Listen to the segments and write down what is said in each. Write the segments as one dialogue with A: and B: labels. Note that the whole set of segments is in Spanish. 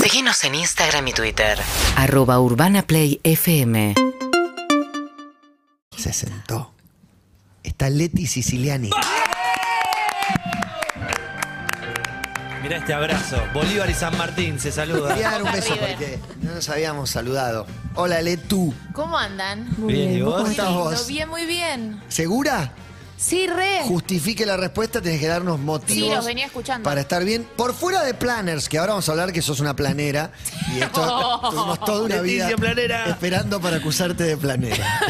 A: Seguinos en Instagram y Twitter.
B: Arroba Urbana Play FM.
C: Se sentó. Está Leti Siciliani.
D: Mirá este abrazo. Bolívar y San Martín se
C: Voy a
D: saludan.
C: dar un beso porque no nos habíamos saludado. Hola, Letu.
E: ¿Cómo andan?
D: Bien, ¿y
C: ¿Cómo
D: vos?
C: estás
E: Lindo,
C: vos?
E: Bien, muy bien.
C: ¿Segura?
E: Sí, re.
C: Justifique la respuesta, tenés que darnos
E: Sí,
C: motivos
E: los venía escuchando.
C: para estar bien. Por fuera de planners, que ahora vamos a hablar que sos una planera. Y esto
E: Oh.
C: tuvimos toda una
D: Leticia
C: vida
D: Planera.
C: esperando para acusarte de planera.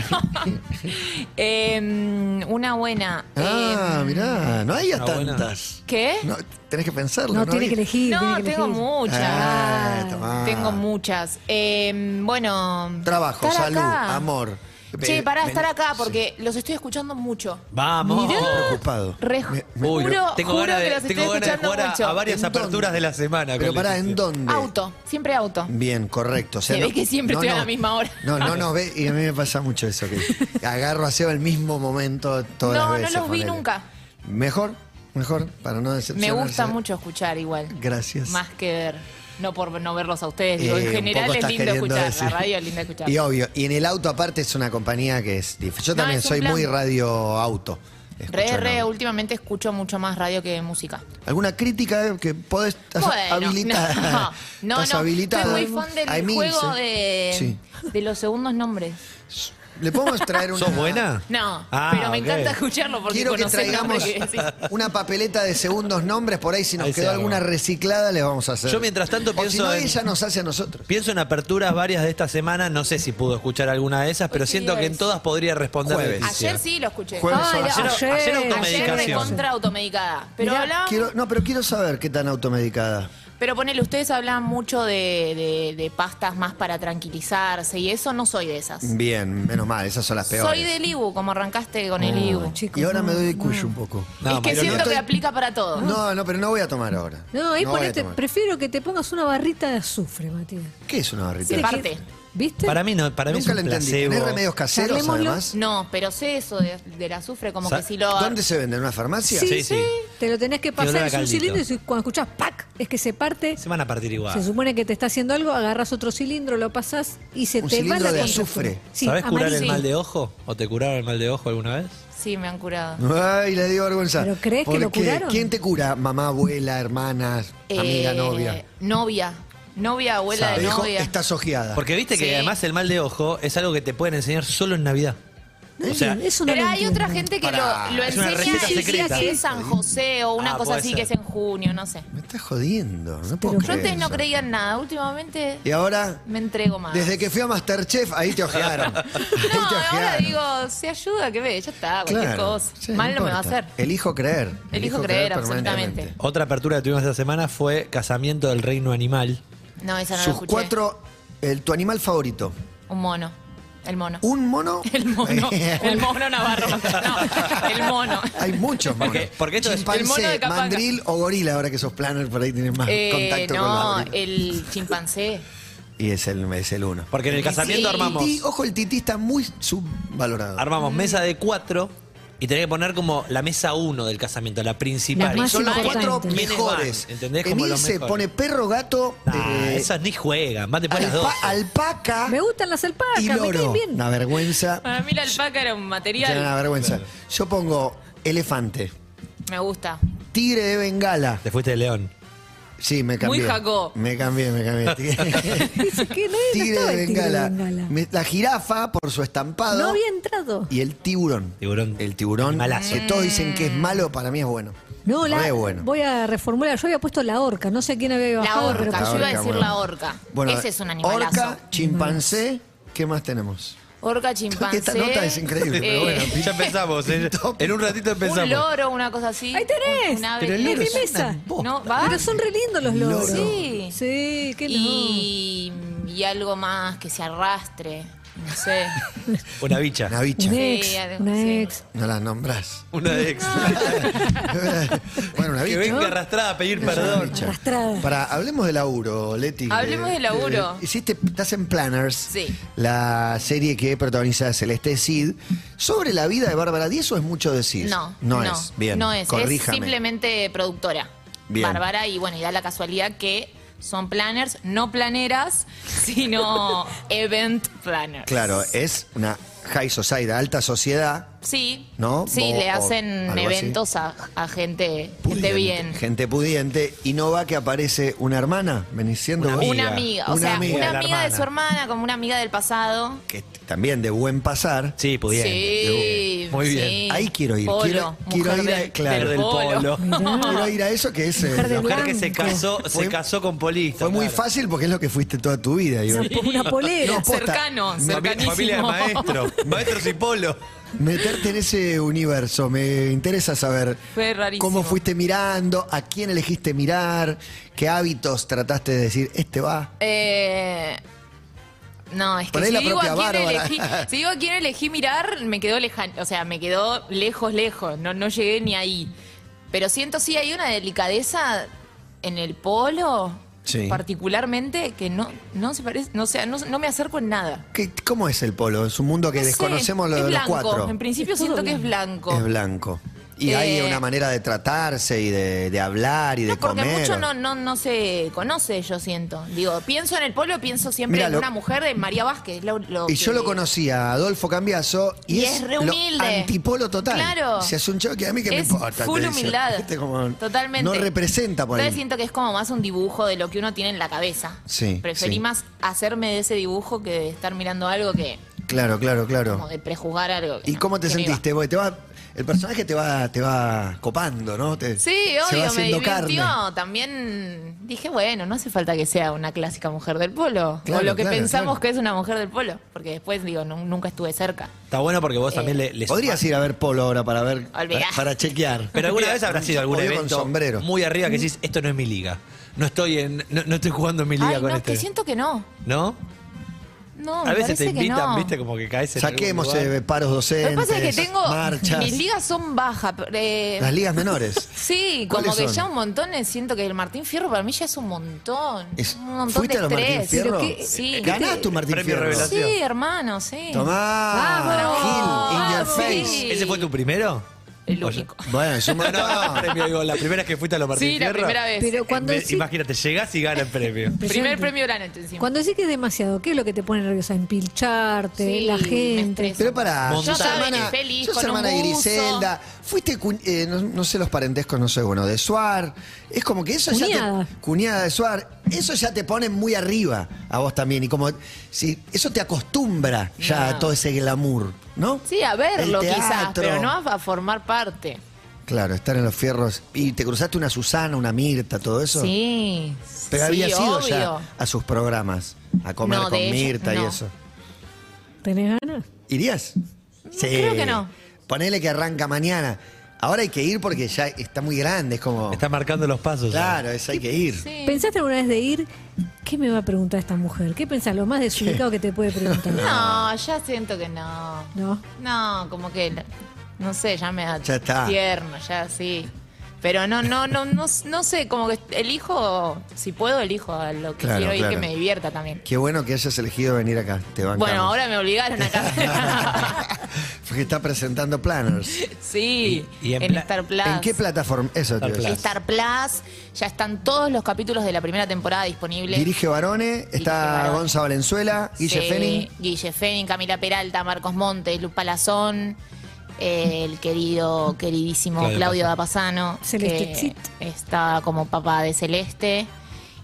E: Eh, una buena.
C: Ah,
E: Eh,
C: mirá, no hay
D: Ah, bueno.
C: tantas.
E: ¿Qué?
C: No, tenés que pensarlo.
F: No, tiene que
C: Había-
F: elegir.
E: no,
F: tiene que
E: tengo
F: elegir.
E: muchas.
C: Ah, tomá.
E: tengo muchas. Eh, bueno.
C: Trabajo,
E: estar
C: salud,
E: acá.
C: amor. Eh,
E: Che,
C: Ve-
E: pará,
C: ve-
E: estar acá porque los estoy escuchando mucho.
D: Vamos.
C: Estoy preocupado.
E: Re-
C: Me- me-
D: Uy,
E: Juro-
D: tengo
E: juro
D: ganas de,
E: que los
D: tengo
E: estoy
D: ganas de
E: escuchando
D: jugar a-
E: mucho.
D: a, varias
C: ¿En dónde?
D: aperturas de la semana.
C: pero
D: con
C: pará, ¿en
D: Leticia.
C: dónde?
E: Auto, siempre auto.
C: Bien, correcto. O sea,
E: Se ve que siempre estoy a la misma hora.
C: No, no nos ve, y a mí me pasa mucho eso, que agarro a Seba al mismo momento todas
E: No,
C: las
E: no
C: veces.
E: los vi
C: ponele.
E: nunca.
C: Mejor, mejor, para no
E: Me
C: decepcionarse.
E: gusta mucho escuchar igual.
C: Gracias.
E: Más que ver. No por no verlos a ustedes. Digo,
C: Eh,
E: en
C: un
E: general
C: poco
E: es
C: estás
E: lindo
C: queriendo
E: escuchar.
C: decir.
E: La radio es linda escuchar.
C: Y obvio, y en el auto aparte es una compañía que es dif- Yo
E: No,
C: también
E: es un
C: soy
E: plan.
C: muy radio auto. Escucho,
E: Re, re,
C: ¿no?
E: últimamente escucho mucho más radio que música.
C: ¿Alguna crítica eh, que podés estás habilitada?
E: no, no,
C: Estás
E: no.
C: habilitada.
E: Estoy muy fan del
C: Hay mil,
E: juego
C: sí.
E: de,
C: Sí.
E: de los segundos nombres.
C: ¿Le podemos traer una
D: ¿Sos buena?
E: No,
D: Ah,
E: pero me
D: ok.
E: encanta escucharlo porque
C: Quiero que
E: conocés el nombre
C: traigamos
E: que decís.
C: una papeleta de segundos nombres, por ahí si nos
D: Ahí se
C: quedó
D: arma.
C: alguna reciclada les vamos a hacer.
D: Yo mientras tanto
C: O
D: pienso
C: si no,
D: en-
C: ella nos hace a nosotros.
D: Pienso en aperturas varias de esta semana. No sé si pudo escuchar alguna de esas, pero
E: qué
D: siento
E: día
D: que en
E: es?
D: todas podría responder.
C: Jueves.
D: Leticia.
E: Ayer sí lo escuché.
C: Jueves
F: Ay,
C: o
F: la-
D: Ayer,
F: ayer,
D: ayer
E: Ayer
D: automedicación.
E: recontra automedicada. Pero
C: Mirá,
E: hablaban-
C: quiero- no, pero quiero saber qué tan automedicada.
E: Pero ponele, ustedes hablan mucho de, de- de pastas más para tranquilizarse y eso no soy de esas.
C: Bien, menos mal, esas son las peores.
E: Soy del Ibu, como arrancaste con el Ibu.
F: Chicos,
C: Y ahora me
F: no,
C: doy de
F: no.
C: cuyo un poco.
D: No,
E: es que
D: Mariano,
E: siento
C: no estoy-
E: que aplica para todo.
C: No, no, pero no voy a tomar ahora.
F: No, ahí
C: voy a
F: ponete,
C: tomar.
F: prefiero que te pongas una barrita de azufre, Matías.
C: ¿Qué es una barrita?
E: Se
F: ¿Viste
E: parte.
F: que- ¿Viste?
D: Para mí no, para mí
C: Nunca
D: es
C: la
D: un
C: entendí.
D: placebo.
C: ¿Tenés remedios caseros
F: Charlémoslo.
C: además?
E: No, pero sé eso de- del azufre, como
D: Sa-
E: que si lo.
C: ¿Dónde se vende? ¿En una farmacia?
D: Sí, sí.
F: Te lo tenés que
D: olor a
F: pasar, es un
D: caldito.
F: cilindro y si- cuando escuchás ¡pac! es que se parte.
D: Se van a partir igual.
F: Se supone que te está haciendo algo, agarras otro cilindro, lo pasás y se
C: Un
F: te va
C: cilindro
F: la
C: de
F: contractura.
C: azufre.
F: Sí,
D: ¿Sabés curar el
F: amarillo.
D: mal de ojo? ¿O te curaron el mal de ojo alguna vez?
E: Sí, me han curado.
C: Ay, le digo vergüenza.
F: ¿Pero crees que lo
C: Porque,
F: curaron?
C: ¿Quién te cura? Mamá, abuela, hermanas, amiga,
E: Eh,
C: novia.
E: Novia. Novia, abuela
C: Te
E: de
C: dijo,
E: novia.
C: estás ojeada.
D: Porque viste que
E: Sí.
D: además el mal de ojo es algo que te pueden enseñar solo en Navidad. O sea,
F: Eso no
E: Pero
F: lo
E: hay
F: entiendo.
E: otra gente que
C: Pará,
E: lo, lo
D: es una
E: enseña
D: receta
E: y dice
D: secreta.
E: que es San José o una
D: Ah,
E: cosa
D: puede
E: así
D: ser.
E: que es en junio, no sé.
C: Me estás jodiendo. No puedo
F: Yo
E: Yo
C: creer
E: antes no
C: eso.
E: creía en nada, últimamente
C: Y ahora,
E: me entrego más.
C: desde que fui a Masterchef, ahí te ojearon. ahí te
E: No, ahora
C: ojearon.
E: digo, se ayuda, que ve, ya está, cualquier
C: Claro.
E: cosa.
C: Sí,
E: Mal no me va a
C: importa.
E: hacer.
C: Elijo creer.
E: Elijo creer,
C: permanentemente.
E: absolutamente.
D: Otra apertura que tuvimos esta semana fue Casamiento del Reino Animal.
E: No, esa no la
C: Sus
E: escuché.
C: cuatro. el- tu animal favorito.
E: Un mono. El mono.
C: ¿Un mono?
E: El mono. El mono navarro. No, el mono.
C: Hay muchos monos.
D: Porque- porque esto es-
C: Chimpancé,
E: El mono de Capanga.
C: mandril o gorila, ahora que sos planner, por ahí tienes más
E: Eh,
C: Ah, contacto con los
E: no, eh.
C: gorilas.
E: el chimpancé.
C: Y es el, es el uno.
D: Porque en el casamiento
E: sí.
D: armamos
C: Tití, ojo, el tití está muy subvalorado.
D: armamos mesa de cuatro y tenés que poner como la mesa uno del casamiento, la principal.
F: La
D: Y
F: más
C: Son los
F: importante.
C: cuatro
D: ¿Quiénes
C: mejores.
D: van? ¿Entendés? Como
C: Emil
D: los
C: se
D: mejores. Ah,
C: pone perro, gato,
D: Nah,
C: eh,
D: esas ni juegan, más te pones
C: alpa-
D: dos.
C: alpaca
F: Me gustan las alpacas,
C: y
F: me
C: loro.
F: caen bien.
C: Una vergüenza.
E: Para mí la alpaca era un material.
C: Una vergüenza. Yo pongo elefante,
E: Me gusta.
C: tigre de bengala.
D: Te fuiste de León.
C: Sí, me cambié.
E: Muy Jacob.
C: Me cambié, me cambié.
F: Dice que no, no
C: tigre
F: estaba
C: de
F: el tigre de
C: bengala.
F: Bengala.
C: Me- la jirafa por su estampado.
F: No había entrado.
C: Y el tiburón.
D: Tiburón.
C: El tiburón.
D: Malazo.
C: Que todos dicen que es malo, para mí es bueno.
F: No,
C: Re
F: la,
C: bueno.
F: voy a reformular. Yo había puesto la orca, no sé quién había
E: La
F: bajado.
E: orca,
F: pero-
E: yo iba a
C: orca,
E: decir
C: bueno.
E: la orca.
C: Bueno,
E: Ese es un animalazo.
C: Orca, chimpancé, ¿qué más tenemos?
E: Orca, chimpancé.
C: Esta nota es increíble, pero
E: eh,
C: bueno.
D: ya empezamos. eh. En un ratito
E: Un loro, una cosa así.
F: Ahí tenés.
E: Un- una ave.
F: Pero el loro es mi
E: Es
F: mesa.
E: una No, va.
F: Pero son re lindos los
C: Loro.
F: loros.
E: Sí.
F: Sí, qué lindo.
E: y, y algo más que se arrastre. No sé.
D: Una bicha.
C: Una bicha.
F: Una
E: Sí,
F: ex,
E: algo
F: una
E: así.
F: ex.
C: No las nombrás.
D: Una ex.
C: bueno, una
D: que
C: bicha.
D: venga arrastrada a pedir perdón.
F: Arrastrada.
C: Para, hablemos de laburo, Leti.
E: Hablemos de laburo.
C: eh, hiciste, estás en Planners,
E: Sí.
C: la serie que protagoniza Celeste Cid, sobre la vida de Bárbara Díez o es mucho decir.
E: No,
C: no, es. Bien,
E: No es. Es
C: corríjame.
E: simplemente productora.
C: Bien.
E: Bárbara, y bueno, y da la casualidad que son planners, no planeras, sino event planners.
C: Claro, eh, es una high society, alta sociedad.
E: Sí,
C: ¿No?
E: sí,
C: O-
E: le
C: o
E: hacen
C: algo así.
E: eventos a, a gente,
C: pudiente,
E: gente bien.
C: Gente pudiente. Y no va que aparece una hermana, venís siendo
D: Una
C: vos.
E: Una amiga, o
C: Una
E: sea,
C: amiga de
E: una
C: la
E: amiga de
D: hermana.
E: su hermana, como una amiga del pasado.
C: Que t- también de buen pasar.
D: Sí, pudiente.
E: Sí,
D: Muy bien.
E: sí.
C: Ahí quiero ir.
E: Polo,
C: quiero quiero
E: mujer
C: ir a,
E: del-
C: claro,
D: del polo.
C: Quiero ir a eso que es. eh,
F: Mujer
D: La
F: de
C: no,
D: mujer que se
F: blanco.
D: casó,
C: Fue-
D: se casó con Polista.
C: fue muy
D: claro.
C: fácil porque es lo que fuiste toda tu vida. digo.
F: Una po- Una polera.
C: No, posta. Fami-
E: Cercano,
D: Familia,
E: cercanísimo.
D: familia de maestros. Maestros y Polo.
C: Meterte en ese universo, me interesa saber
E: Fue rarísimo.
C: cómo fuiste mirando, a quién elegiste mirar, qué hábitos trataste de decir, este va.
E: Eh, no, es que
C: Por ahí
E: si
C: la
E: digo, a
C: propia
E: quién
C: Bárbara.
E: elegí, si digo a quién elegí mirar, me quedó lejano, o sea, me quedó lejos, lejos, no, no llegué ni ahí. Pero siento sí hay una delicadeza en el polo,
C: Sí.
E: particularmente, que no, no se parece, no, o sea, no, no me acerco en nada.
C: ¿Qué- ¿Cómo es el polo? Es un mundo que
E: No sé,
C: desconocemos lo
E: es
C: de
E: blanco.
C: los cuatro.
E: En principio
F: Es todo
E: siento que es blanco.
C: Es blanco. Y hay
E: Eh,
C: una manera de tratarse y de, de hablar y de
E: No, porque
C: comer.
E: mucho no, no, no se conoce, yo siento. Digo, pienso en el polo, pienso siempre
C: Mirá,
E: en
C: lo-
E: una mujer de María Vázquez. lo- lo
C: Y yo
E: que-
C: lo conocí a Adolfo Cambiaso y,
E: Y es re
C: lo
E: humilde.
C: antipolo total.
E: Claro.
C: Se hace un choque a mí que me
E: Es
C: importa.
E: full
C: te dice.
E: humildad.
C: Viste, como
E: Totalmente.
C: No representa por
E: Entonces
C: ahí.
E: siento que es como más un dibujo de lo que uno tiene en la cabeza.
C: Sí,
E: Preferí
C: sí.
E: más hacerme de ese dibujo que de estar mirando algo que.
C: Claro, claro, claro.
E: como de prejuzgar algo. que
C: ¿Y
E: no-
C: cómo te
E: que no iba.
C: sentiste? Porque te va, el personaje te va, te va copando, ¿no? Te-
E: Sí,
C: se va
E: obvio, me
C: haciendo
E: divirtió.
C: carne.
E: También dije, bueno, no hace falta que sea una clásica mujer del polo.
C: Claro,
E: o lo que
C: claro,
E: pensamos
C: claro.
E: que es una mujer del polo. Porque después, digo, nu- nunca estuve cerca.
D: Está bueno porque vos también le, le
C: Podrías ir a ver polo ahora para ver,
E: Olvidá.
C: para, para chequear.
D: Pero alguna vez habrá sido algún
C: Jodido con
D: evento
C: sombrero.
D: muy arriba que decís, esto no es mi liga. No estoy en, no, no estoy jugando en mi liga
E: Ay,
D: con
E: no, es
D: este.
E: que siento que no.
D: ¿No?
E: No,
D: a
E: me
D: veces te
E: parece que
D: invitan,
E: no.
D: viste, como que caes en algún
C: Saquemos
D: lugar.
C: eh, paros
E: Lo
C: docentes,
E: que pasa es que tengo.
C: marchas,
E: Mis ligas son bajas. pero, eh,
C: las ligas menores.
E: Sí, como
C: ¿Cuáles
E: que
C: son?
E: ya un montón eh, siento que el Martín Fierro para mí ya es un montón.
C: Es-
E: un montón
C: ¿Fuiste
E: de
C: a los Martín
E: estrés.
C: Fierro? Eh,
E: Pero qué- sí.
C: Ganás tu Martín
D: Premio
C: Fierro.
D: Revelación.
E: Sí, hermano, sí.
C: Tomá, Gil, in your face.
E: sí.
D: ¿Ese fue tu primero?
E: El
D: Oye,
E: único.
C: Bueno, es un
D: No, no, no,
C: montón.
D: premio, digo, la primera vez que fuiste a los Martín
E: Sí, la
D: Fierro, eh,
E: primera vez.
F: Pero cuando
D: me-
F: sí-
D: Imagínate, llegás y ganas el premio.
E: Primer premio Granate encima.
F: Cuando sí que es demasiado, ¿qué es lo que te pone nerviosa? Empilcharte,
E: Sí,
F: la
E: me
F: gente.
E: estresa.
C: Pero pará,
D: Yo
C: sos
D: estaba
C: hermana,
E: feliz
C: sos
E: con un
C: hermana de
E: buzo.
C: Griselda, fuiste, cu- eh, no, no sé los parentescos, no sé, bueno, de Suar, es como que eso ya
F: Cuñada.
C: te... Cuñada de Suar, eso ya te pone muy arriba a vos también, y como, sí, eso te acostumbra ya a
E: No.
C: todo ese glamour, ¿no?
E: Sí, a verlo
C: El
E: quizás,
C: teatro.
E: pero no a, a formar parte.
C: Claro, estar en los fierros, y te cruzaste una Susana, una Mirta, todo eso.
E: Sí.
C: Pero
E: sí,
C: había sido
E: obvio.
C: ya a sus programas, a comer
E: No, de
C: con
E: hecho,
C: Mirta y
E: no.
C: eso.
F: ¿Tenés ganas?
C: ¿Irías? Sí.
E: creo que no.
C: Ponele que arranca mañana. Ahora hay que ir porque ya está muy grande, es como.
D: Está marcando los pasos.
C: claro, es, hay que ir.
E: Sí.
F: ¿Pensaste alguna vez de ir? ¿Qué me va a preguntar esta mujer? ¿Qué pensás? Lo más desubicado que te puede preguntar.
C: Ah.
E: No, ya siento que no.
F: ¿No?
E: No, como que la- no sé, ya me da
C: Ya está.
E: tierno, ya sí. Pero no, no, no, no, no sé, como que elijo, si puedo, elijo a lo que
C: Claro,
E: quiero y
C: claro.
E: que me divierta también.
C: Qué bueno que hayas elegido venir acá. Te bancamos.
E: Bueno, ahora me obligaron acá.
C: porque está presentando planners.
E: sí,
D: Y- y en
E: en,
D: pla-
E: Star Plus.
C: ¿En qué plataforma? Eso te
D: Star
C: iba a decir.
E: Star Plus, ya están todos los capítulos de la primera temporada disponibles.
C: Dirige Barone, está
E: Barone.
C: Gonza Valenzuela, Guille
E: Sí,
C: Feni.
E: Guille Feni, Camila Peralta, Marcos Montes, Luz Palazón, eh, el querido, queridísimo
D: Claudio
E: Claudio, Dapasano,
F: Celeste
E: que
F: Exit.
E: está como papá de Celeste.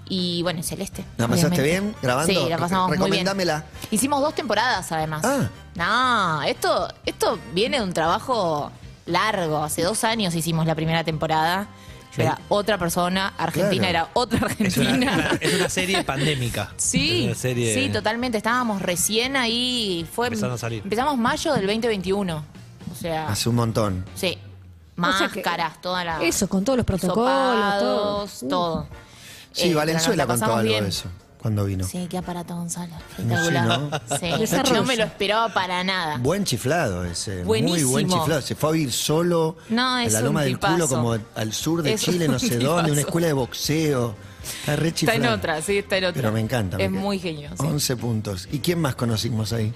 E: Y bueno, y Celeste.
C: ¿La pasaste
E: obviamente.
C: bien grabando?
E: Sí, la pasamos muy bien.
C: Recomendámela.
E: Hicimos dos temporadas además.
C: Ah.
E: No, esto, esto viene de un trabajo largo. Hace dos años hicimos la primera temporada. Yo era otra persona, Argentina
C: Claro.
E: era otra Argentina.
D: Es una, una- es una serie pandémica. Es
E: Sí,
D: una serie-
E: sí, totalmente. Estábamos recién ahí. Fue,
D: Empezando a salir.
E: Empezamos mayo del 2021. O sea,
C: Hace un montón.
E: sí.
F: O sea que-
E: Máscaras, toda la.
F: Eso, con todos los protocolos,
E: sopados,
F: todo. Uh.
E: todo.
C: Sí,
E: Eh,
C: Valenzuela
E: pero nos
C: contó
E: la pasamos
C: algo
E: bien.
C: de eso cuando vino.
E: Sí, qué aparato Gonzalo.
C: No sé,
E: Espectacular.
C: ¿no?
E: Sí,
F: Desarrollo.
E: no me lo esperaba para nada.
C: Buen chiflado ese. Muy buen
E: Buenísimo.
C: chiflado. Se fue a vivir solo
E: No,
C: a
E: es
C: la
E: un
C: Loma del
E: tipazo.
C: Culo, como al sur de
E: Es
C: Chile, no
E: un
C: sé
E: tipazo.
C: dónde, una escuela de boxeo. Está re
E: Está
C: chiflado.
E: en otra, sí, está en otra.
C: Pero me encanta. me
E: Es
C: encanta.
E: muy genioso.
C: 11 puntos. ¿Y quién más conocimos ahí?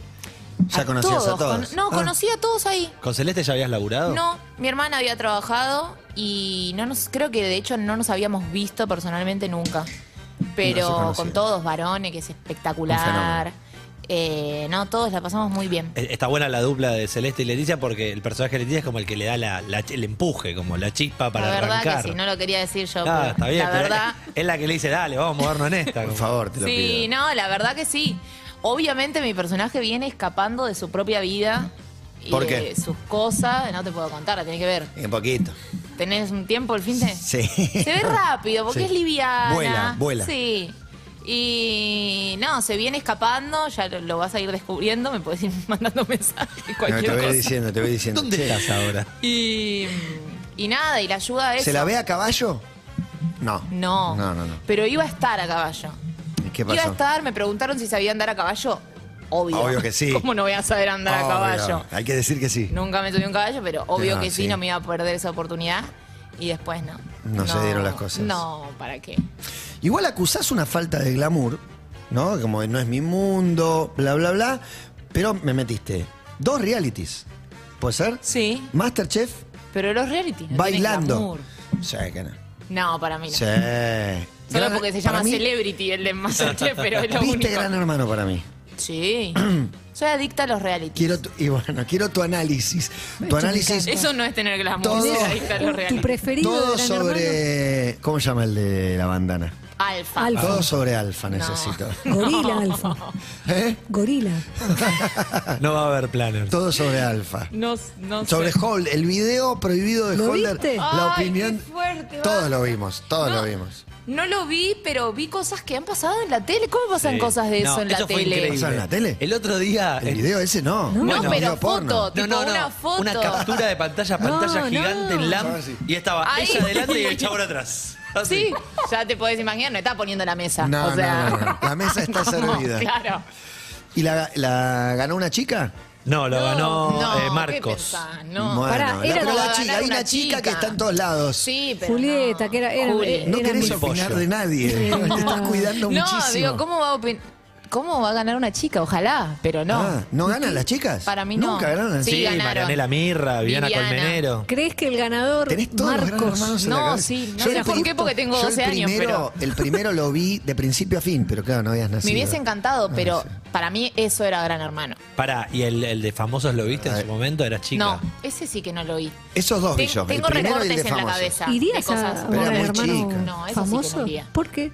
C: Ya conocías a todos.
E: con- no,
C: Ah,
E: conocí a todos ahí.
D: ¿Con Celeste ya habías laburado?
E: No, mi hermana había trabajado y no nos, creo que de hecho no nos habíamos visto personalmente nunca.
C: Nos
E: pero
C: conocimos.
E: con todos varones, que es espectacular. Eh, no, todos la pasamos muy bien.
D: Eh, Está buena la dupla de Celeste y Leticia porque el personaje de Leticia es como el que le da la, la- el empuje, como la chispa para
E: la verdad
D: arrancar.
E: que sí, no lo quería decir yo,
D: Ah,
E: pero
D: está bien,
E: la
D: pero
E: verdad.
D: es la que le dice, dale, vamos a movernos en esta.
C: Por
D: como-
C: favor, te lo
E: Sí,
C: pido.
E: no, la verdad que sí. Obviamente mi personaje viene escapando de su propia vida y
C: ¿Por
E: de
C: qué?
E: sus cosas. No te puedo contar, la tenés que ver.
C: Un poquito.
E: ¿Tenés un tiempo el fin de?
C: Sí.
E: Se ve rápido porque
C: Sí.
E: es liviana.
C: Vuela, vuela.
E: Sí. Y no, se viene escapando, ya lo, lo vas a ir descubriendo, me podés ir mandando mensajes,
C: No, te
E: cualquier
C: voy
E: cosa.
C: diciendo, te voy diciendo.
D: ¿Dónde
C: Sí.
D: estás ahora?
E: Y, y nada, y la ayuda es.
C: ¿Se la ve a caballo? No.
E: No.
C: No, no, no.
E: Pero iba a estar a caballo.
C: ¿Y ¿Qué
E: Iba a
C: pasó?
E: estar, me preguntaron si sabía andar a caballo. Obvio.
C: Obvio que sí.
E: ¿Cómo no voy a saber andar
C: Obvio.
E: a caballo?
C: Oh, Hay que decir que sí.
E: Nunca me subí a un caballo, pero obvio
C: No,
E: que sí.
C: sí.
E: no me iba a perder esa oportunidad. Y después no.
C: No se dieron las cosas.
E: No, ¿para qué?
C: Igual acusás una falta de glamour, ¿no? Como no es mi mundo, bla, bla, bla. Pero me metiste dos realities. ¿Puede ser?
E: Sí,
C: Masterchef,
E: pero los reality. no tienen
C: bailando.
E: glamour.
C: Sí, que no.
E: No, para mí no.
C: Sí.
E: Solo
C: Gran-
E: porque se
C: para
E: llama
C: mí,
E: Celebrity el de Masterchef, pero es lo
C: Viste
E: único.
C: Gran Hermano para mí.
E: Sí. Soy adicta a los reality.
C: Quiero tu, y bueno, quiero tu análisis. Tu análisis
E: Eso no es tener glamour,
C: Todo-
E: ser adicta a los
F: Tu
E: reality.
F: preferido de
C: todo
F: Gran
C: sobre ¿cómo se llama el de la bandana?
E: Alfa.
F: Alfa.
C: Todo sobre alfa
E: No.
C: necesito.
F: Hermano. Gorila Alfa.
C: ¿Eh?
F: Gorila.
D: No va a haber planners.
C: Todo sobre alfa.
E: No, no sé.
C: Sobre Hold, el video prohibido de
F: ¿Lo
C: Holder,
F: viste?
C: la
E: Ay,
C: opinión.
E: qué fuerte,
C: todos
E: basta.
C: lo vimos, todos
E: No.
C: lo vimos.
E: No lo vi, pero vi cosas que han pasado en la tele. ¿Cómo pasan
D: Sí.
E: cosas de eso
D: No,
E: en la
D: eso fue
E: tele?
D: increíble.
C: ¿Eso en la tele?
D: El otro día.
C: El
D: en-
C: video ese no.
E: No,
D: Bueno,
E: pero
C: video porno.
E: foto, tipo una foto.
D: Una captura de pantalla, pantalla
F: No,
D: gigante
F: no.
D: en LAM.
C: Ahora sí.
D: Y estaba
E: Ahí.
D: ella adelante y el chabón atrás. Así.
E: Sí, ya te podés imaginar, no está poniendo la mesa.
C: No,
E: o sea,
C: no, no, no. La mesa está servida.
E: Claro.
C: ¿Y la, la ganó una chica?
D: No, lo
E: No,
D: ganó
E: no,
D: eh,
E: ¿qué
D: Marcos.
E: pensás? No.
C: Bueno,
F: Pará,
C: la-
F: era
C: pero
F: como
C: la
E: ganar
C: chica, hay
E: una
C: una chica,
E: chica.
C: que está en todos lados.
E: Sí, pero
F: Julieta,
E: no.
F: que era. era-
E: Juli.
F: era
C: no querés
F: muy-
D: muy
C: opinar
D: pollo.
C: de nadie. Te estás cuidando
E: No,
C: muchísimo.
E: digo, ¿cómo va a opin- ¿Cómo va a ganar una chica? Ojalá, pero no.
C: Ah, ¿No ganan las chicas?
E: Para mí no.
C: Nunca ganaron las
E: Sí,
D: Sí,
C: chicas.
E: ganaron.
D: Marianela Mirra, Viviana,
E: Viviana.
D: Colmenero.
F: ¿Crees que el ganador
C: Tenés todos los grandes hermanos
F: Marcos
C: en la
E: No,
C: cabeza.
E: sí, no
C: Yo
E: sé
C: el
E: por qué,
C: primero-
E: porque tengo
C: yo el
E: 12 años,
C: primero- El primero lo vi de principio a fin, pero claro, no habías nacido.
E: Me hubiese encantado,
C: Ah,
E: pero
C: sí.
E: para mí eso era Gran Hermano.
D: Pará, ¿y el, el de famosos lo viste en su momento? Era chica.
E: No, ese sí que no lo vi.
C: Esos dos vi
E: Ten-
C: yo, el
E: tengo
C: primero y el
E: recortes
C: de
E: en la
C: famosos.
E: cabeza. de
F: ¿Irías
E: cosas
F: a
C: Pero era
F: Gran
C: muy
F: hermano
C: chica.
E: No, eso sí que no
F: famoso?
E: iría.
F: ¿Por qué?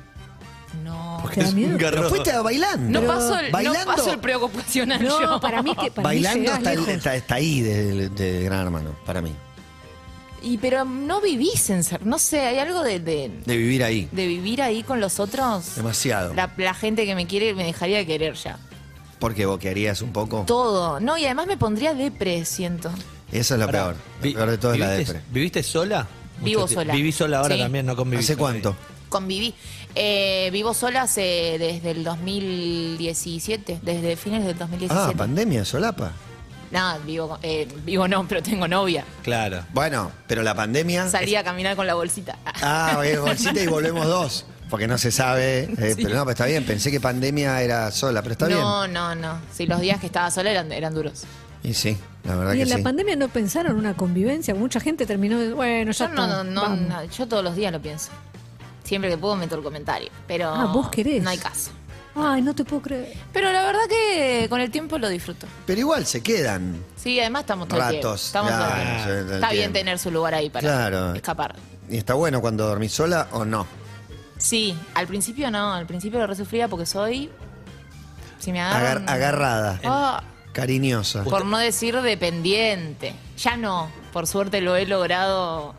E: No.
F: ¿Te da miedo?
C: Pero fuiste a bailando.
E: No paso, el, no
C: bailando,
E: paso el preocupacional
F: No,
E: yo.
F: para mí que para mí
C: bailando
F: llegás
C: está, el-
F: lejos.
C: está- está ahí de, de Gran Hermano, para mí.
E: Y pero no vivís en ser, no sé, hay algo de, de,
C: De vivir ahí.
E: de vivir ahí con los otros.
C: Demasiado.
E: La, la gente que me quiere me dejaría de querer ya.
C: Porque boquearías un poco.
E: Todo. No, y además me pondría depre, siento.
C: Eso es lo
D: Pará,
C: peor.
D: vi-
C: Lo peor de todo es la
D: ¿viviste-
C: depre.
D: ¿Viviste sola?
E: Vivo
D: Mucho tiempo.
E: sola.
D: Viví sola ahora
E: Sí.
D: también, no conviví.
C: ¿Hace cuánto? Ah,
E: Conviví. Eh, vivo sola hace- desde el 2017, desde fines del 2017.
C: Ah, pandemia, solapa.
E: Nada, vivo, con- eh, vivo no, pero tengo novia.
D: Claro.
C: Bueno, pero la pandemia.
E: Salí a caminar con la bolsita.
C: Ah, eh, bolsita y volvemos dos. Porque no se sabe. eh, Pero no, pero está bien. Pensé que pandemia era sola, pero está
E: no, no, no. Sí, los días que estaba sola eran, eran duros.
C: bien. Y sí, la verdad
F: Y
C: que
F: en la
C: sí.
F: pandemia no pensaron una convivencia, mucha gente terminó, de- bueno, ya
E: Yo no,
F: está,
E: no, no,
F: vamos.
E: no, yo todos los días lo pienso. Siempre que puedo meto el comentario. Pero
F: Ah, ¿vos querés?
E: no hay caso.
F: Ay, no te puedo creer.
E: Pero la verdad que con el tiempo lo disfruto.
C: Pero igual se quedan.
E: Sí, además estamos todo el tiempo.
C: Ratos,
E: Estamos todo el
C: claro,
E: tiempo.
C: sí, todo el
E: Está bien
C: tiempo.
E: tener su lugar ahí para
C: Claro.
E: escapar.
C: ¿Y está bueno cuando dormís sola o no?
E: Sí, al principio no, al principio lo resufría porque soy. Si me
C: Agar-
E: agarran.
C: agarrada,
E: Ah,
C: cariñosa.
E: por no decir dependiente. Ya no. Por suerte lo he logrado.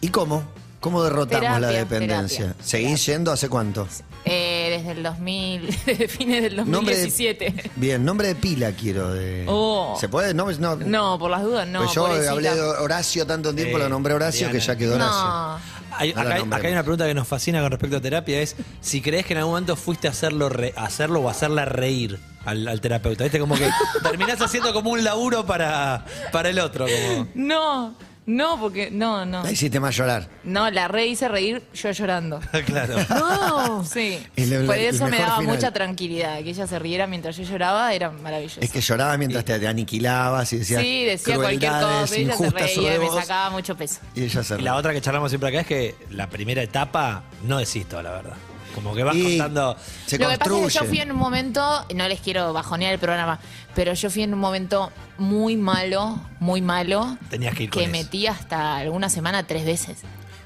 C: ¿Y cómo? ¿Cómo derrotamos la
E: Terapia,
C: dependencia?
E: terapia,
C: ¿Seguís yendo hace cuánto?
E: eh, desde el 2000, desde fines del
C: Nombre de-
E: 2017.
C: bien, nombre de pila quiero. de-
E: Oh.
C: ¿Se puede? No, no.
E: No, por las dudas, no.
C: Pues yo
E: pobrecita.
C: hablé de Horacio tanto tiempo,
D: Sí,
C: lo nombré Horacio, que
D: Diana.
C: ya quedó Horacio.
E: No.
D: Hay-
C: No la
D: acá, hay-
C: nombremos.
D: acá hay una pregunta que nos fascina con respecto a terapia, es si crees que en algún momento fuiste a hacerlo, re- a hacerlo o hacerla reír al, al terapeuta. Viste, como que terminás haciendo como un laburo para, para el otro. Como.
E: No, no, porque. No, no.
C: La hiciste más llorar.
E: No, la re hice reír yo llorando.
D: Claro.
F: No,
E: Sí.
C: El- el-
E: Por
C: el
E: eso me
C: mejor
E: daba
C: final.
E: mucha tranquilidad. Que ella se riera mientras yo lloraba era maravilloso.
C: Es que llorabas mientras te, te aniquilabas y decías.
E: Eh, sí, decía cualquier
C: crueldades
E: cosa. Ella se
C: injustas
E: reía,
C: sobre
E: me
C: vos,
E: sacaba mucho peso.
C: Y ella se
D: Y la
C: reía.
D: otra que charlamos siempre acá es que la primera etapa no decís toda la verdad. Como que vas
C: Y
D: contando.
C: Se
E: Lo que pasa
C: construye.
E: es que yo fui en un momento, no les quiero bajonear el programa, pero yo fui en un momento muy malo, muy malo.
D: Tenías que ir con
E: Que
D: eso.
E: metí hasta alguna semana tres veces.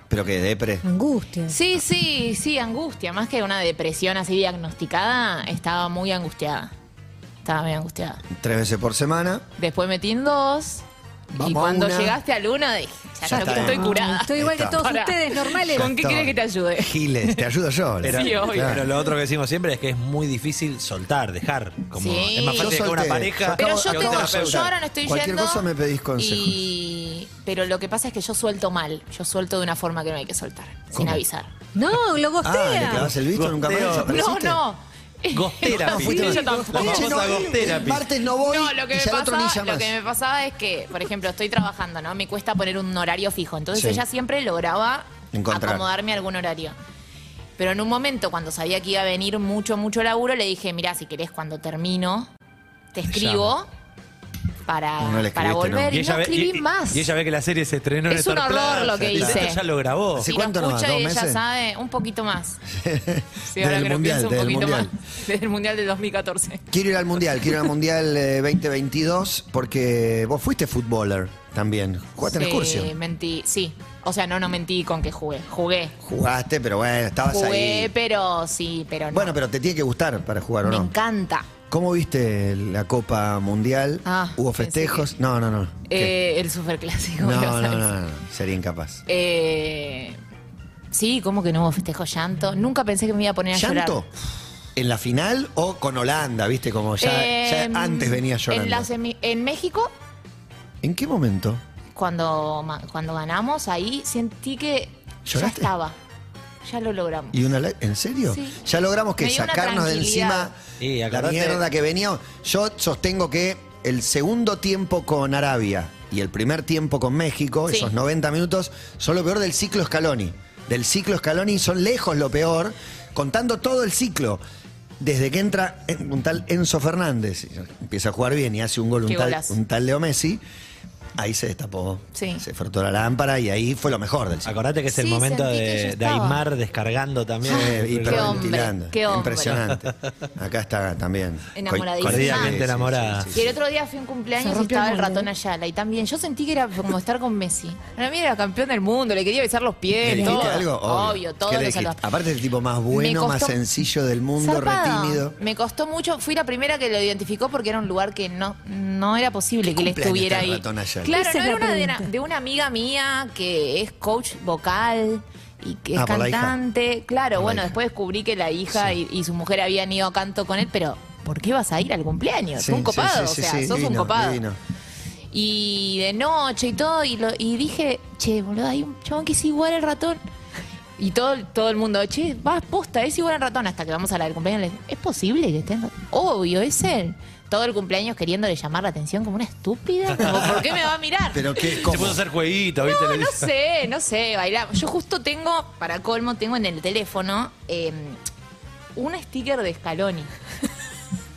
C: Pero que depre.
F: Angustia.
E: Sí, sí, sí, angustia. Más que una depresión así diagnosticada, estaba muy angustiada. Estaba muy angustiada.
C: Tres veces por semana.
E: Después metí en dos.
C: Vamos
E: y
C: a
E: cuando
C: una.
E: llegaste al uno, dije, ya,
C: Ya
E: creo que
C: está.
E: estoy curada.
F: Estoy igual que
C: Está.
F: todos
E: Pará.
F: ustedes, normales.
E: ¿Con qué
C: Está.
E: quieres que te ayude?
C: Giles, te ayudo yo.
D: Pero,
E: Sí, obvio.
C: Claro.
D: pero lo otro que decimos siempre es que es muy difícil soltar, dejar. Como,
E: Sí.
D: Es más
E: Yo
D: fácil que una
C: solté.
D: pareja.
E: Pero
C: Acabo-
E: yo,
D: que un
C: acabo de
E: tengo,
D: terapeuta.
E: yo ahora no estoy
C: Cualquier
E: yendo.
C: cosa me pedís consejos.
E: y- pero lo que pasa es que yo suelto mal. Yo suelto de una forma que no hay que soltar, sin
C: ¿Cómo?
E: avisar.
F: No, lo
C: Ah, le
F: gostea.
C: clavas el visto nunca más
D: Gosteo.
E: No,
C: desapareciste.
E: no.
D: Ghost therapy.
E: fuiste
D: Sí,
E: yo tampoco.
D: La
C: Che,
D: famosa
C: no,
D: ghost therapy.
C: Martes no voy
E: No, lo que,
C: y
E: me
C: ya el otro ni
E: pasaba, lo
C: llamás.
E: que me pasaba es que, por ejemplo, estoy trabajando, ¿no? Me cuesta poner un horario fijo. Entonces
C: Sí.
E: ella siempre lograba
C: Encontrar.
E: acomodarme a algún horario. Pero en un momento, cuando sabía que iba a venir mucho, mucho laburo, le dije, mirá, si querés, cuando termino, te
D: Te
E: escribo para,
C: No le
E: para
C: escribiste,
E: volver.
C: ¿no?
E: Y, no
D: ve-
E: escribí
D: y-
E: más.
D: y ella ve que la serie se estrenó en
E: Es
D: Star
E: un
D: Plus,
E: horror lo que
D: y
E: hice.
D: esto ya lo grabó.
C: Sí.
E: Si lo
C: cuánto nomás?
E: escucha y
C: ¿Dos
E: ella
C: meses?
E: sabe un poquito más. Sí, ahora
C: Del
E: que lo
C: mundial,
E: pienso, un
C: del
E: poquito
C: mundial.
E: más. Desde el Mundial del 2014.
C: Quiero ir al mundial, quiero ir al mundial eh, 2022 porque vos fuiste futboler también. Jugaste en
E: Sí,
C: excursión.
E: mentí. Sí. O sea, no, no mentí con que jugué. Jugué.
C: Jugaste, pero bueno, estabas
E: Jugué,
C: ahí.
E: pero sí, pero no.
C: Bueno, pero te tiene que gustar para jugar, ¿o
E: Me
C: no?
E: encanta.
C: ¿Cómo viste la Copa Mundial?
E: Ah,
C: ¿Hubo
E: pensé
C: festejos? No, no, no. ¿Qué?
E: Eh, el superclásico.
C: no,
E: ¿qué
C: no,
E: vas a
C: no,
E: decir?
C: no, sería incapaz.
E: Eh, sí, ¿cómo que no hubo festejo llanto? Nunca pensé que me iba a poner a
C: ¿Llanto?
E: llorar.
C: ¿En la final o con Holanda? ¿Viste? Como ya, ya
E: Eh,
C: antes venía llorando.
E: En, la semi- en México,
C: ¿En qué momento?
E: cuando, ma- cuando ganamos, ahí sentí que
C: ¿Lloraste?
E: ya estaba. Ya lo logramos.
C: ¿Y una la- ¿En serio?
E: Sí.
C: Ya logramos que
E: Me dio una
C: sacarnos de encima
E: tranquilidad.
D: Y
C: la
D: acordate-
C: mierda que venía. Yo sostengo que el segundo tiempo con Arabia y el primer tiempo con México,
E: Sí.
C: esos 90 minutos, son lo peor del ciclo Scaloni. Del ciclo Scaloni son lejos lo peor, contando todo el ciclo. Desde que entra en- un tal Enzo Fernández, empieza a jugar bien y hace un gol, un
E: Qué
C: tal,
E: golazo.
C: un tal Leo Messi, ahí se destapó,
E: Sí.
C: se frotó la lámpara y ahí fue lo mejor del ciclo.
D: Acordate que es el
E: Sí,
D: momento
E: sentí que yo
D: de, de
E: estaba.
D: Aymar descargando también.
C: Eh,
D: Pero-
C: hiperventilando.
E: hombre, qué hombre.
C: Impresionante. Acá está también.
E: Enamoradísima.
C: Co-
E: Perdidamente
C: Sí, sí,
D: enamorada.
C: sí, sí,
E: Y el
C: sí.
E: otro día fui a un
F: Se
E: cumpleaños y
F: rompió el
E: estaba el
F: molde.
E: ratón Ayala. Y también yo sentí que era como estar con Messi. Para mí era campeón del mundo, le quería besar los
C: ¿Le
E: pies,
C: dijiste
E: todo.
C: algo?
E: Obvio, todo
C: ¿Qué le
E: lo
C: dijiste?
E: salvaba.
C: Aparte es el tipo más bueno,
E: Me
C: más
E: costó-
C: sencillo del mundo,
E: Zarpado.
C: retímido.
E: Me costó mucho, fui la primera que lo identificó porque era un lugar que no, no era posible que le
C: cumpleaños
E: estuviera
C: está el
E: ahí.
C: ratón Ayala?
E: Claro,
F: Esa
E: no
F: es
E: era
F: la
E: una de,
F: pregunta.
E: una- de una amiga mía que es coach vocal y que es
C: Ah, por la hija.
E: cantante. Claro,
C: Por la
E: bueno,
C: hija.
E: después descubrí que la hija y, y su mujer habían ido a canto con él, pero ¿por qué vas a ir al cumpleaños?
C: Sí,
E: un copado,
C: sí, sí,
E: o sea,
C: sí,
E: sos un
C: divino,
E: copado.
C: divino.
E: Y de noche y todo, y, lo, y dije, che, boludo, hay un chabón que es igual al ratón. Y todo, todo el mundo, che, vas posta, es igual al ratón, hasta que vamos a la del cumpleaños. le digo, ¿Es posible que estén? Obvio, es él. Todo el cumpleaños queriéndole llamar la atención como una estúpida. Como, ¿Por qué me va a mirar?
C: Pero qué,
D: Se
C: ¿cómo?
D: puso a hacer jueguito, ¿viste? Le
E: No
D: dice-
E: sé, no sé, bailamos. Yo justo tengo, para colmo, tengo en el teléfono eh, un sticker de Scaloni.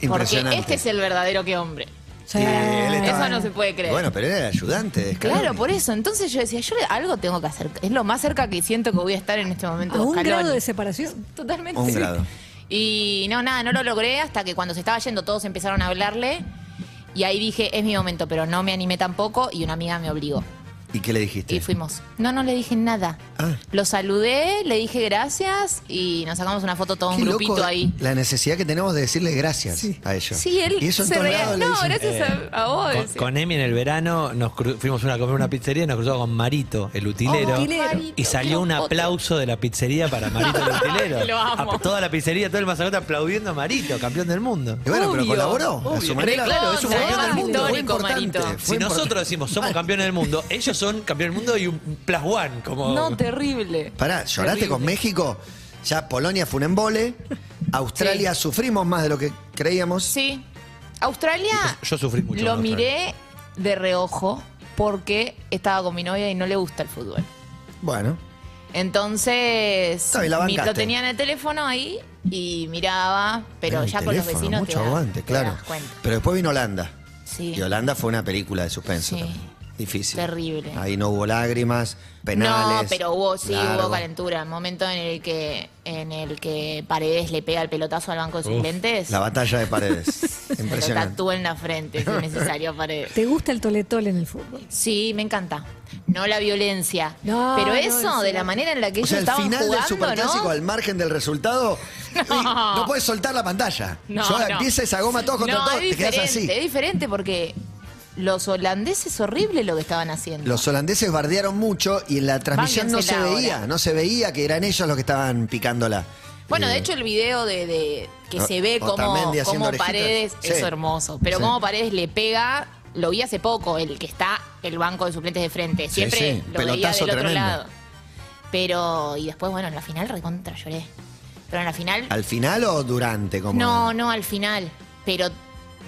E: Porque
C: Impresionante.
E: este es el verdadero que hombre.
F: Sí,
C: él
E: Eso no se puede creer.
C: Bueno, pero era el ayudante de Scaloni.
E: Claro, por eso. Entonces yo decía, yo le- algo tengo que hacer. Es lo más cerca que siento que voy a estar en este momento.
F: A un
E: Scaloni.
F: grado de separación.
E: Totalmente.
C: A un grado.
E: Y no, nada, no lo logré hasta que cuando se estaba yendo todos empezaron a hablarle. Y ahí dije, es mi momento, pero no me animé tampoco y una amiga me obligó.
C: ¿Y qué le dijiste?
E: Y fuimos. No, no le dije nada.
C: Ah.
E: Lo saludé, le dije gracias y nos sacamos una foto todo un
C: Qué loco
E: grupito ahí.
C: La necesidad que tenemos de decirle gracias
F: Sí.
C: a ellos.
E: Sí, él
C: Y eso en
E: se
C: todos
E: reía.
C: lados le
E: No,
C: dicen.
E: gracias a, a
C: Eh,
E: vos.
D: Con, con Emi en el verano nos cru- fuimos una, a comer una pizzería y nos cruzamos con Marito, el utilero.
F: utilero.
E: Marito,
D: Y salió
E: quiero
D: un
E: Oh, otro.
D: aplauso de la pizzería para Marito el utilero.
E: Lo amo.
D: A- toda la pizzería, todo el mazagote aplaudiendo a Marito, campeón del mundo.
C: Y bueno, pero
E: Obvio,
C: colaboró. a su
D: obvio.
C: manera.
E: Claro, es un Recontra,
C: campeón del mundo. Fue
E: histórico,
C: importante.
E: Marito.
C: fue
D: Si nosotros
C: importante.
D: decimos somos campeones del mundo, ellos son campeón del mundo y un plus one. Como...
E: No, terrible.
C: Pará, lloraste
E: Terrible.
C: con México, ya Polonia fue un embole, Australia sufrimos más de lo que creíamos.
E: Sí. Australia.
D: Yo- yo sufrí mucho
E: Lo
D: con Australia.
E: miré de reojo porque estaba con mi novia y no le gusta el fútbol.
C: Bueno,
E: Entonces,
C: bien, la
E: mi- lo
C: bancaste.
E: tenía en el teléfono ahí y miraba, pero
C: en el
E: ya con los
C: teléfono,
E: vecinos te
C: mucho
E: da-
C: aguante,
E: te
C: claro.
E: das cuenta.
C: Pero después vino Holanda.
E: Sí.
C: Y Holanda fue una película de suspenso
E: Sí.
C: también. Difícil.
E: Terrible.
C: Ahí no hubo lágrimas, penales.
E: No, pero hubo, sí,
C: largo.
E: hubo calentura. El momento en el que, en el que Paredes le pega el pelotazo al banco de suplentes.
C: La batalla de paredes.
E: me lo
C: Impresionante.
E: tatúa en la frente, si es necesario, a Paredes.
F: ¿Te gusta el toletol en el fútbol?
E: Sí, me encanta. No la violencia.
F: No,
E: pero
F: no,
E: eso,
F: eso
E: de
F: no.
E: la manera en la
C: O
E: que ellos
C: sea, el
E: estaban
C: final del
E: jugando,
C: superclásico,
E: ¿no?
C: al margen del resultado, no, puedes soltar la pantalla.
E: No,
C: Yo
E: no.
C: empieza esa goma todos contra
E: no,
C: todos,
E: es
C: te quedas
E: diferente,
C: así.
E: es diferente porque los holandeses horrible lo que estaban haciendo.
C: Los holandeses bardearon mucho y en la transmisión no se
E: Bánquensela
C: veía,
E: ahora.
C: no se veía que eran ellos los que estaban picándola.
E: Bueno,
C: Eh,
E: de hecho el video de, de- que
C: O-
E: se ve como,
C: Otamendi haciendo
E: como
C: orejitas.
E: Paredes
C: Sí.
E: es hermoso, pero
C: Sí.
E: como Paredes le pega, lo vi hace poco, el que está el banco de suplentes de frente,
C: Sí,
E: siempre
C: sí,
E: lo veía del
C: pelotazo
E: otro
C: tremendo.
E: lado. Pero y después bueno, en la final recontra lloré. Pero en la final
C: ¿Al final o durante? Como
E: no, no al final, pero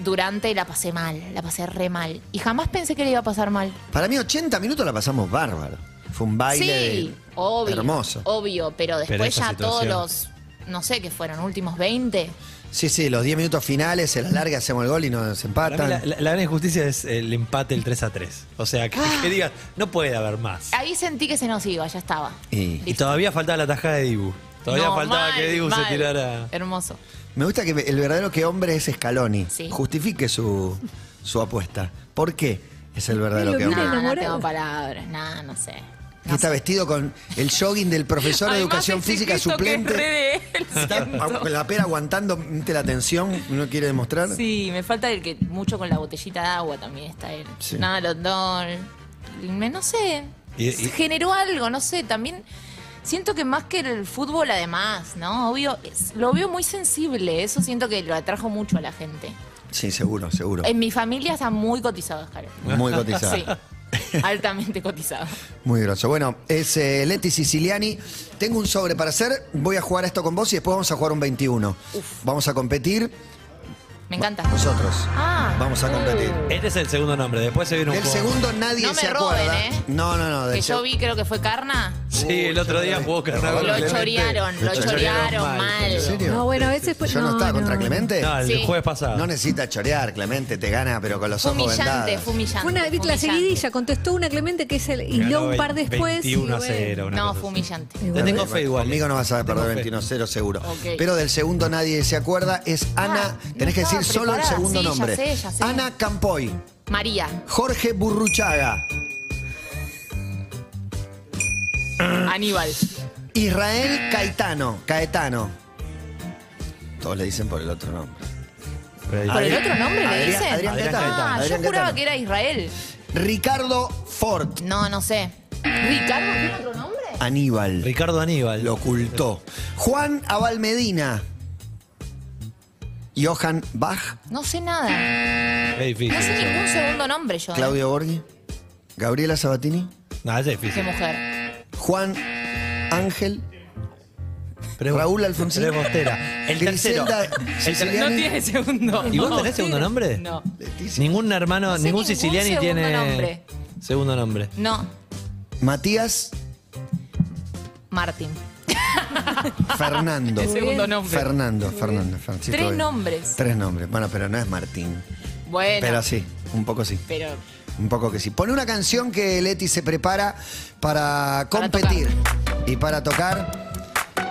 E: durante la pasé mal, la pasé re mal y jamás pensé que le iba a pasar mal.
C: Para mí 80 minutos la pasamos bárbaro. Fue un baile
E: sí, obvio,
C: hermoso.
E: obvio, pero después
D: Pero esa
E: ya todos
D: situación.
E: los no sé qué fueron, últimos 20
C: Sí, sí, los 10 minutos finales, se la larga, hacemos el gol y nos
D: Para mí
C: empatan.
D: la, la- la gran injusticia es el empate el 3 a 3. O sea, que,
E: Ah.
D: que digas, no puede haber más.
E: Ahí sentí que se nos iba, ya estaba.
C: Y-
D: Y todavía faltaba la tajada de Dibu. Todavía
E: No,
D: faltaba
E: mal,
D: que Dibu
E: mal.
D: se tirara.
E: Hermoso.
C: Me gusta que el verdadero que hombre es Scaloni.
E: Sí.
C: Justifique su, su apuesta. ¿Por qué es el verdadero
F: Lo
C: que
E: No,
F: mira
C: hombre?
E: no
F: enamorado.
E: tengo palabras, nada, no sé. este
C: Que está vestido con el jogging del profesor de educación física suplente. Está con la pera aguantando ¿viste, la tensión, no quiere demostrar.
E: Sí, me falta el que mucho con la botellita de agua también está él.
C: Sí.
E: Nada, Londón. Me, no sé.
D: Y- y-
E: Generó algo, no sé. También siento que más que el fútbol, además, ¿no? Obvio, es- lo veo muy sensible. Eso siento que lo atrajo mucho a la gente.
C: Sí, seguro, seguro.
E: En mi familia está muy cotizado, Oscar.
C: Muy cotizado.
E: Em, Sí. Altamente cotizado.
C: Muy groso. Bueno, es eh, Leti Siciliani. Tengo un sobre para hacer. Voy a jugar esto con vos y después vamos a jugar un 21. Vamos a competir
E: Me encanta.
C: nosotros.
E: Ah.
C: Vamos a competir.
D: Este es el segundo nombre, después se viene un
C: Del
D: juego-
C: segundo nadie
E: No me
C: se
E: roben,
C: acuerda.
E: ¿eh?
C: No, no, no. del
E: Que yo
C: seg-
E: vi, creo que fue Carna.
D: Sí, el otro día jugó Carnaval.
E: Lo
C: Clemente.
E: chorearon, lo
C: Lo
E: chorearon mal.
C: ¿En serio?
F: No, bueno, a veces... pues-
C: ¿Yo no, estaba contra
F: no.
C: Clemente?
D: No, el
E: Sí.
D: jueves pasado.
C: No necesita chorear, Clemente, te gana, pero con los
E: Fue
C: ojos
E: humillante,
C: vendados.
E: fue humillante.
F: Fue una,
E: fue
F: viste, la
E: humillante.
F: seguidilla, contestó una Clemente que es el hiló
D: Ganó
F: un par después. y
D: 21 a
F: bueno.
D: 0. una
E: No,
D: cosa
E: fue
D: así.
E: humillante.
D: Te tengo fe igual. ¿eh?
C: Conmigo no vas a
D: Tengo
C: perder
D: fe.
C: 21-0 seguro.
E: Ok. Ah,
C: Pero del segundo nadie se acuerda. Es Ana,
E: no
C: tenés que decir
E: estaba
C: solo el
E: preparada.
C: segundo
E: Sí, ya
C: nombre.
E: sé, ya sé.
C: Ana Campoy,
E: María,
C: Jorge Burruchaga, Ah.
E: Aníbal, Ah.
C: Israel Caetano, Caetano. Todos le dicen por el otro nombre.
E: ¿por el otro nombre le
C: Adrián-
E: dicen?
C: Adrián Caetano,
E: Ah,
C: Adrián
E: yo juraba
C: Caetano.
E: que era Israel.
C: Ricardo Ford,
E: No, no sé. ¿Ricardo tiene otro nombre?
C: Aníbal.
D: Ricardo Aníbal.
C: Lo ocultó. Juan Abal Medina. Johan Bach.
E: No sé nada.
D: Es difícil.
E: No sé
D: eso.
E: ningún segundo nombre yo. ¿eh?
C: Claudio Borghi, Gabriela Sabatini,
D: No, es
E: Qué
D: difícil.
E: eh, mujer.
C: Juan Ángel,
D: Pero es-
C: Raúl Alfonsín.
D: pero es Bostera. El tercero.
C: Griselda
D: El tercero.
C: Siciliani.
E: segundo
D: ¿Y vos tenés segundo nombre?
E: No.
C: Leticia.
D: Ningún hermano,
E: No sé
D: ningún
E: ningún
D: siciliani
E: segundo
D: tiene
E: nombre.
D: segundo nombre.
E: No,
C: Matías
E: Martín.
C: Fernando.
E: El segundo nombre.
C: Fernando, Fernando. Fer- sí,
E: Tres
C: todo bien.
E: nombres.
C: Tres nombres. Bueno, pero no es Martín.
E: Bueno,
C: Pero sí, un poco sí.
E: pero
C: Un poco que sí. Pone una canción que Leti se prepara para competir y para tocar.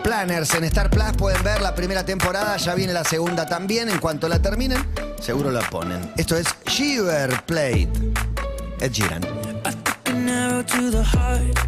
C: Planners en Star Plus pueden ver la primera temporada, ya viene la segunda también. En cuanto la terminen, seguro la ponen. Esto es Shiver Plate. Ed Sheeran.
G: an arrow to the heart.